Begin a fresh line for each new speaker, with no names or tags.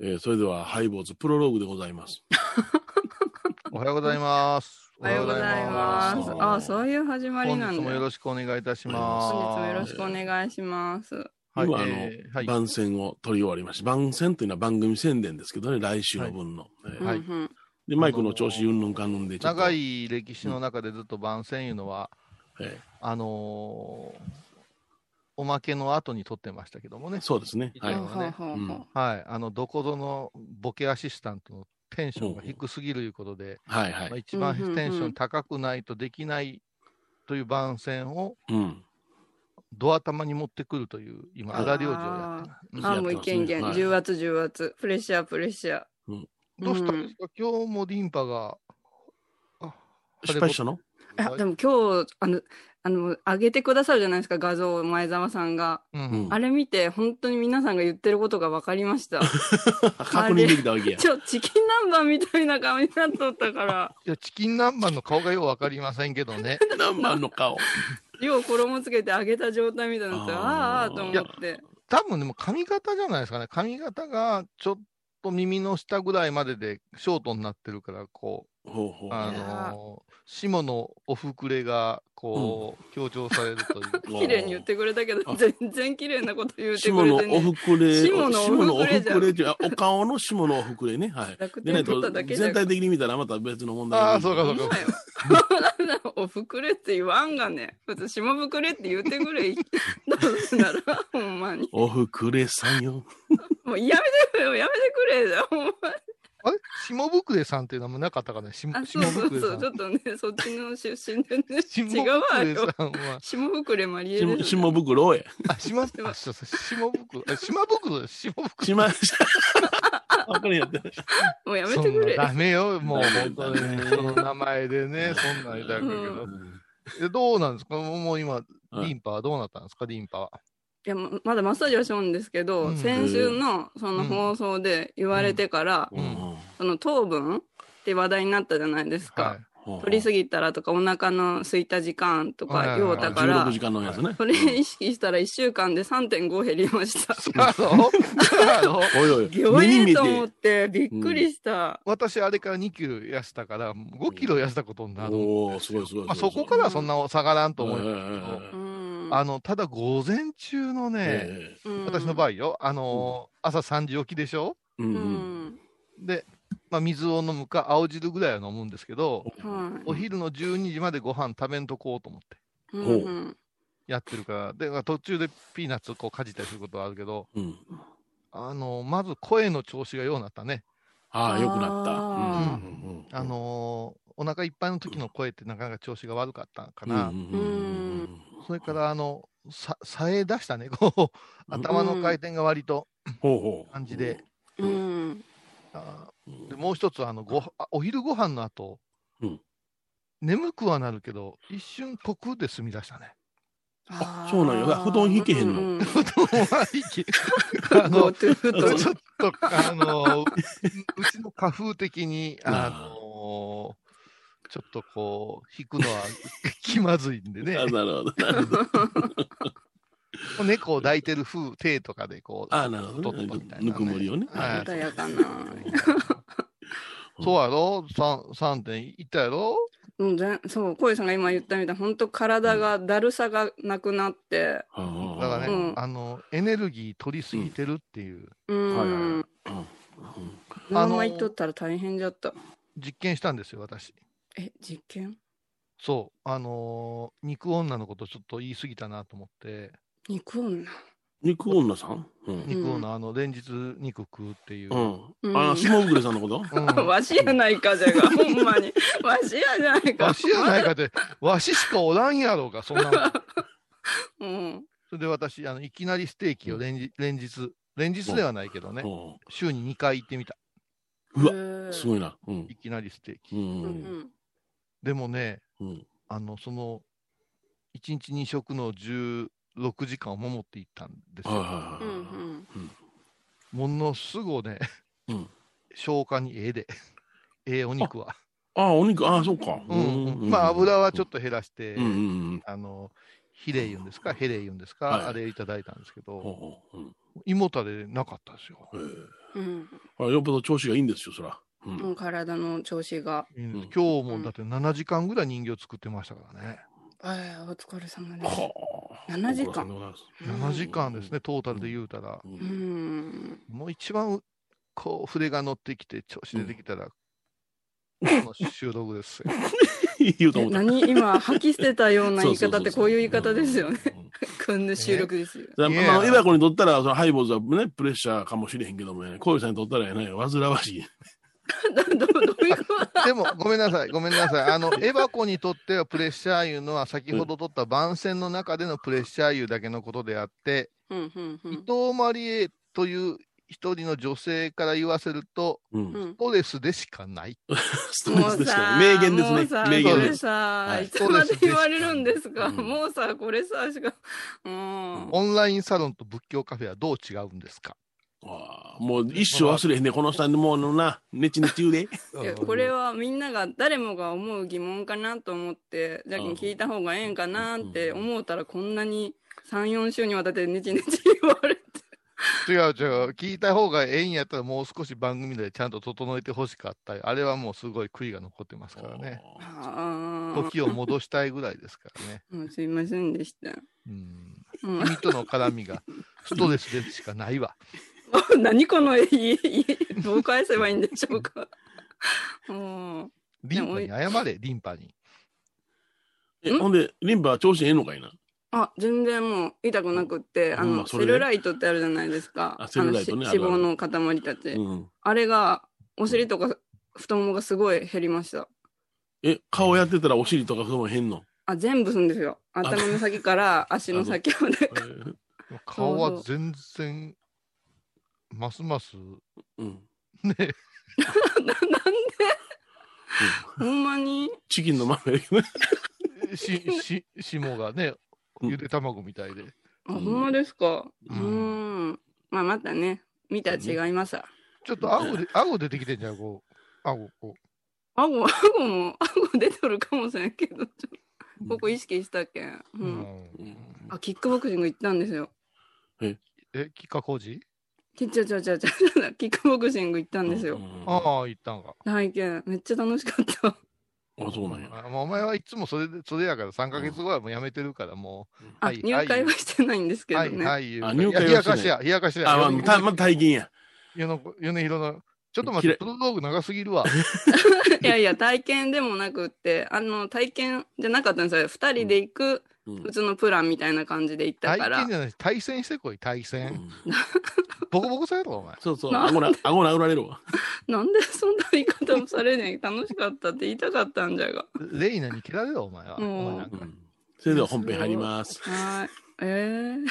えーそれでは、ハイボーズプロローグでございます。
おはようございます。
おはようございま
おはようござ
す
い。
あ
ま
あ、
す
そういう始まり
本
なん
日
だ。
もよ
本
ろしくお願いいたします。
日もよろしくお願いします。
は
今あ
い、
の
えーはい、
番宣を取り終わりました。番宣というのは番組宣伝ですけどね、来週の分の。えー
はい
うんうん
で、マイクの調子うんぬんかんぬんで、ちょっと
長い歴史の中でずっと番宣いうのは、
え
あのーおまけの後に撮ってましたけどもね
ー、そうですね。はいい。
ほうほうほうほう
はい、あのどこぞのボケアシスタントのテンションが低すぎるいうことで、
はい
まあ、
はい。
一番
うんうんうん
テンション高くないとできないという番宣を
うん。
ドア玉に持ってくるという、今、
あー
荒漁場やってます
ああ、もういけんいけん。
はい
重圧重圧。プレッシャープレッシャー。
どうした
うん
ですか、今日もリンパが。あ
失敗したの
いやでも今日、あの、あの、上げてくださるじゃないですか、画像を前澤さんが。
うん
うん
あれ見て、本当に皆さんが言ってることが分かり ました。
確認できたわけや。
ちょ、チキン南蛮みたいな顔になっとったから、
いやチキン南蛮の顔がようわかりませんけどね。
何番の顔。
よう衣つけて揚げた状態みたいになって、
あー
あーあーと思って。
多分でも髪型じゃないですかね。髪型がちょっと耳の下ぐらいまででショートになってるから、こ
ほうほう
う、。あ
いや
のー下のおふくれが、こう、強調されるとい う。
もう
綺麗に言ってくれたけど
あ、
全然綺麗なこと言って
下
くれ
の
て
お
ね。
ふくれ。
下のおふくれ
下のおふくれじゃ、お顔の下のおふくれね。はい。
楽
で
天
ない
取
と
っただけじゃ
全体的に見たらまた別の問題
ああ、そうかそう
今
か。
よ。おふくれって言わんがね。普通、下ふくれって言ってくれ。どうすなら、ほんまに。
おふくれさんよ。
もうやめてよ、やめてくれ。ほんま
あれ下ぶくれさんっていう名前なかったかね。下
あ、
下
そうそ
ぶ
う
くれ
そう。
さ
ちょ
ん。
っとね、そっちの出身でね。
下
違うわ
ぶく
よ
れ。さんは。
下ふくれマリエ
下
です、
下袋へ。
あ、島、あ、そうそう、島袋、あ島袋、島袋。
しました。 わかるやって。
もうやめ
そ
てく
ん
れ。
なダメ よ、もう
ダメ
本当に、
ダメ
その名前でね、そんなん言うたらあかんけど
う
うん
え。どうなんですかもう今、
うん
リンパはどうなったんですか、リンパは。
いやままだマッサージはしょんですけど、
うん
先週のその放送で言われてから、
うん
その糖分って話題になったじゃないですか、
はい。
取りすぎたらとかお腹の空いた時間と
はい
か
はい
言
は
う
い
たか
16
ら
時間のやつね。
それ意識したら1週間で3.5減りました。
あの、あの、
おいおい
ぎょ、
目に
え
見。
と思っててびっくりした。
私、あれから2キロ痩せたから、5キロ痩せたことになる。
おお、すごいすごい。
まあ、そこからはそんな下がらんと思
う
う。
う
よ。
ん
あの、ただ、午前中のね、
ええ
うん
私の場合よ、あの、朝3時起きでしょ
う
うんん
で、まあ、水を飲むか、青汁ぐらいは飲むんですけど、
はい
お昼の12時までご飯食べんとこうと思って
うん
ほう
うん
やってるから、でまあ途中でピーナッツをこうかじったりすることはあるけど、
うん。
あのまず声の調子がようなったね、
ああ、よくなった。
あ
ー
うんうんうん
あのーお腹いっぱいの時の声ってなかなか調子が悪かったかな、
うんうんうん
それからあのささえ出したね、 こう頭の回転が割と
ほうほう。
感じで、
うん
あーでもう一つあのごあお昼ご飯の後、
うん
眠くはなるけど、一瞬、コクで済み出した ね。
あそうなんや
あー
布団引けへんの
うう
あの
GoTo 布団
ちょっと、あの、う うちの家風的に、あの、ちょっとこう、引くのは気まずいんでね
あ、なるほど。なるほど
猫を抱いてる風、手とかでこう、
あなるほどね
取っとくみたいなね
ぬくもりをね。
はい
穏やかな。
そうやろ ?3、三点いったやろ
うん、全そう、小井さんが今言ったみたいに、本当体がだるさがなくなって、
だ
だからね、
うん
あの、エネルギー取りすぎてるっていう、
うん、
はいはいはい
このまま行っとったら大変じゃった。
実験したんですよ、私。
え、実験
そう、あのー肉女のことちょっと言い過ぎたなと思って、
肉女。
肉女さんうん。
肉女、あの、連日肉食うっていう。
う。
うんん
あ、下暮さんのこと
うん
わしやないか じゃが、ほんまに。わしやじゃないか。
わしやないかって、わししかおらんやろうが、そんなの。
うん。
それで私、あのいきなりステーキを連日、連日、連日ではないけどね、
うん
週に2回行ってみた。
うわ
わ
すごいな。うん。
いきなりステーキ。
う。
うんん
でもね、
うん。
あの、その、1日2食の16時間を守っていったんです
はいは
よ。
うん。う
いはい。
ん
ものすごいね、
うん
消化にええで。ええお肉は。
ああ、お肉、ああ、そうか。
うんうん。まあ、油はちょっと減らして、
うんうんうん。
あの、ヒレ言うんですか、ヘレ言うんですか、
はい
あれいただいたんですけど、
ほうほううん
胃もたれなかったですよ。
え
うん。
えあよっぽど調子がいいんですよ、そら。うん
もう体の調子が。
いいんです
うん
今日もだって7時間ぐらい人形作ってましたからね。
ええお疲れ様です。
はあ。
7時間
ご苦労さんでございます
うん
7時間ですね、トータルで言うたら。
う
うんん。
もう一番、こう、筆が乗ってきて、調子出てきたら、この収録ですよ。
言うと
え
思った。
何今吐き捨てたような 言い方ってこういう言い方ですよね。
うん。うん
こんな収録ですよ。
だから
いや
まあ、エバ子にとったら、そのハイボーズはね、プレッシャーかもしれへんけどもね、コウイさんにとったらね、煩わしい。
どどどういうこと
でも、ごめんなさい、ごめんなさい。あの、エバコにとってはプレッシャーいうのは、先ほど取った番宣の中でのプレッシャーいうだけのことであって、
うんうんう
伊
ん
藤マリエという一人の女性から言わせると、
うん
うん
ストレスでしかない。
ストレスですからね名言です
も
ね
う。さ
名言で
これ
す。
さ、
はい
い、つまで言われるんですか、
うん
もうさ、これさ、しか、うん。
オンラインサロンと仏教カフェはどう違うんですか
ああもう一生忘れへんね、この人はもうあのな、ねちねち言うで。
いやこれはみんなが誰もが思う疑問かなと思ってじゃあ
うん
聞いた方がええんかなって思うたらこんなに34週にわたってねちねち言われて
違う違う、聞いた方がええんやったら、もう少し番組でちゃんと整えてほしかった。あれはもうすごい悔いが残ってますからね。
あー
時を戻したいぐらいですからね。
もうすいませんでした、
うん。
うん、
君との絡みがストレスでしかないわ。
何この言い言いどう返せばいいんでしょうかもう
リンパに謝れ、リンパに。
え
ん
ほんで、リンパは調子ええのかいな。
あ全然もう痛くなくってあ
うん
の、
まあそ
セ
れで
ルライトってあるじゃないですか
あセルライトね
あの
あ
し
るあ
脂
る
肪の塊たち、
うん、
あれがお尻とか太ももがすごい減りました
え、顔やってたらお尻とか太もも変の。
あ、全部すんですよ。頭の先から足の先まで
え。ー
顔は全然、ますます、
うん。うん
ね、
ななんでほんまに
チキンの豆だけどね。
し、し、霜がね、ゆで卵みたいで。
あ、
うん
ほんまですか。
う
うんーん。まあ、またね、見たら違いますわ。
ちょっと顎で、顎出てきてんじゃん、こう。顎、こ
顎、顎も、顎出とるかもしれんけど、ちょっとここ
うん
意識したっけん。う
う。
ん。
うん
あ、キックボクシング行ったんですよ。
え、きっか工事
ちっちゃちゃちゃちゃ、キックボクシング行ったんですよ
う。んあ
ああ、行ったんか。
体験、めっちゃ楽しかった。
そうなんや。
あもうお前はいつもそれで、それやから3ヶ月後はもうやめてるから、も
あ、
はい
入会はしてないんですけ
う。
ど
はい、
ね。
はい。
あ入会はしてない
冷やかしや、冷やかしや。
あ、まあ、た
米
まあ、大金や。
米広の、ちょっと待っ
嫌
て、
い
プロローグ長すぎ るわ。
いやいや、体験でもなくって、あの、体験じゃなかったんですよ。二人で行く、
うん
普通のプランみたいな感じで行った
対
から
戦じ。ゃない、対戦してこい、対
う
戦。
ん
ボコボコされろ、お前。
そうそう、
な
顎な、顎殴られるわ。
なんでそんな言い方もされねえ楽しかったって言いたかったんじゃが。
レイナに蹴られろ、お前は。お
うん
前なん
う
か。
んそれでは本編入ります。
はーい。えー、